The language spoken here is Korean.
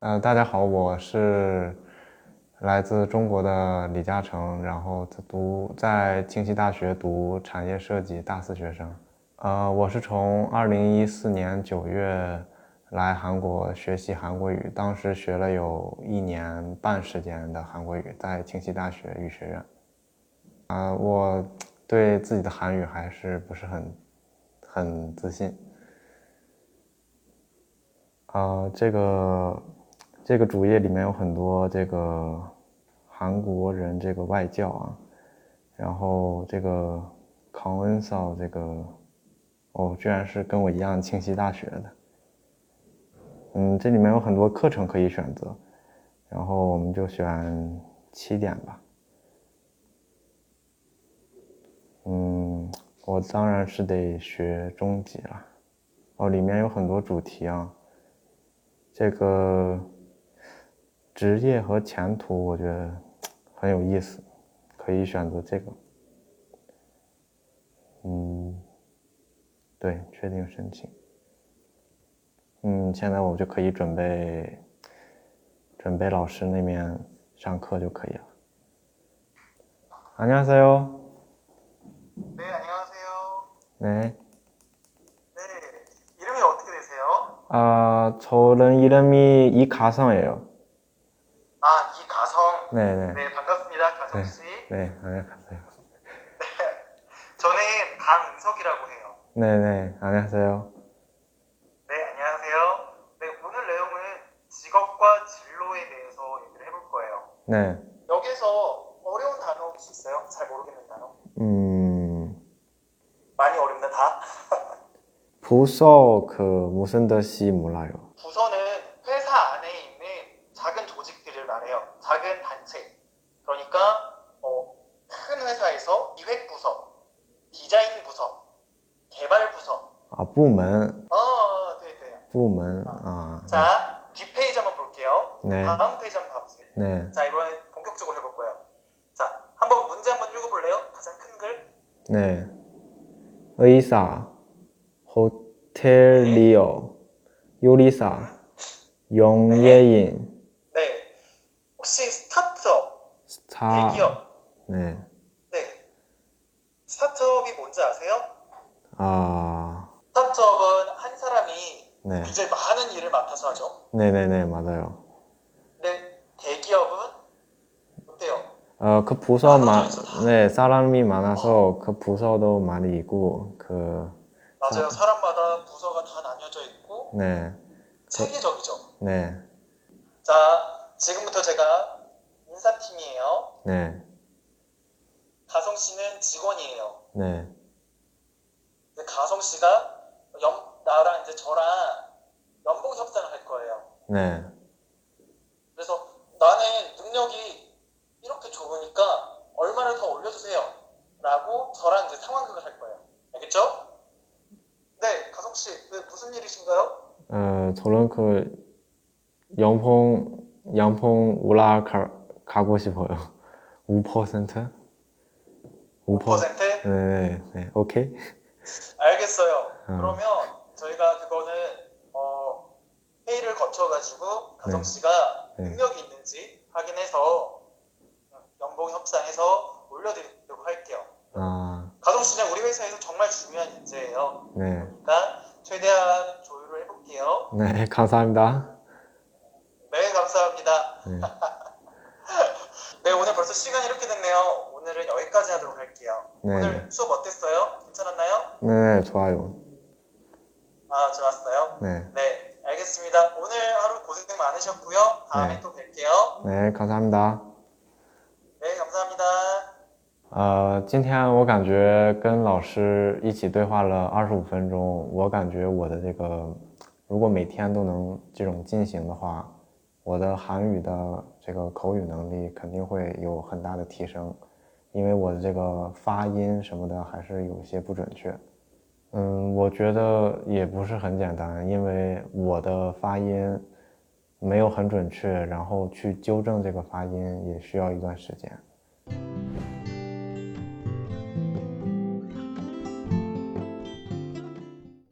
呃，大家好，我是来自中国的李嘉诚，然后读在清溪大学读产业设计大四学生。呃，我是从二零一四年九月来韩国学习韩国语，当时学了有一年半时间的韩国语，在清溪大学语学院。啊、我对自己的韩语还是不是很很自信。啊、这个这个主页里面有很多这个韩国人这个外教啊，然后这个康恩嫂这个，哦，居然是跟我一样清溪大学的。嗯，这里面有很多课程可以选择，然后我们就选七点吧。嗯，我当然是得学中级了。哦，里面有很多主题啊。这个职业和前途，我觉得很有意思，可以选择这个。嗯，对，确定申请。嗯，现在我就可以准备准备老师那边上课就可以了。안녕하세요。 네, 안녕하세요. 네. 네, 이름이 어떻게 되세요? 아, 저는 이름이 이가성이에요. 아, 이가성. 네, 네. 네, 반갑습니다, 가성 씨. 네, 안녕하세요. 저는 강은석이라고 해요. 네, 네. 안녕하세요. 네, 안녕하세요. 네, 오늘 내용은 직업과 진로에 대해서 얘기를 해볼 거예요. 네. 여기서 어려운 단어 혹시 있어요? 잘 모르겠는 단어? 음, 많이 어렵나 다? 부서 그 무슨 뜻이 몰라요. 부서는 회사 안에 있는 작은 조직들을 말해요. 작은 단체. 그러니까 어, 큰 회사에서 기획 부서, 디자인 부서, 개발 부서. 아, 部门, 어, 네, 네. 部门, 아. 자, 뒷페이지 한번 볼게요. 네. 다음 페이지 한번 봐보세요. 네, 자, 이번엔 본격적으로 해볼 거예요. 자, 한번 문제 한번 읽어볼래요? 가장 큰 글. 네. 의사, 호텔리어, 요리사, 영예인, 네. 혹시 스타트업, 스타, 대기업. 네. 네. 스타트업이 뭔지 아세요? 아, 스타트업은 한 사람이 네. 굉장히 많은 일을 맡아서 하죠. 네네네, 맞아요. 근데 대기업은 어때요? 어, 그 부서 마, 많아서. 네, 사람이 많아서 그 부서도 많이 있고, 그, 맞아요. 아. 사람마다 부서가 다 나뉘어져 있고 네, 체계적이죠. 네, 자, 지금부터 제가 인사팀이에요. 네, 가성 씨는 직원이에요. 네, 근데 가성 씨가 연- 나랑 이제 저랑 연봉 협상을 할 거예요. 네, 그래서 나는 능력이 이렇게 좋으니까 얼마를 더 올려주세요. 라고 저랑 이제 상황극을 할 거예요. 알겠죠? 네, 가성 씨, 네, 무슨 일이신가요? 어, 저는 그, 연봉, 연봉 올라가, 가고 싶어요. 5%? 5%? 네, 네, 네, 오케이? 알겠어요. 음. 그러면 저희가 그거는 어, 회의를 거쳐가지고 가성 네. 씨가 네. 능력이 있는지 확인해서 연봉 협상해서 올려드리려고 할게요. 아, 가성 씨는 우리 회사에서 정말 중요한 인재예요. 네, 그러니까 최대한 조율을 해볼게요. 네, 감사합니다. 네, 감사합니다. 네, 네, 오늘 벌써 시간이 이렇게 됐네요. 오늘은 여기까지 하도록 할게요. 네, 오늘 수업 어땠어요? 괜찮았나요? 네, 좋아요. 아, 좋았어요. 네, 네, 알겠습니다. 오늘 하루 고생 많으셨고요. 다음에 네. 또 뵐게요. 네, 감사합니다. 네, 감사합니다. 呃，今天我感觉跟老师一起对话了二十五分钟，我感觉我的这个，如果每天都能这种进行的话，我的韩语的这个口语能力肯定会有很大的提升，因为我的这个发音什么的还是有些不准确。嗯，我觉得也不是很简单，因为我的发音没有很准确，然后去纠正这个发音也需要一段时间。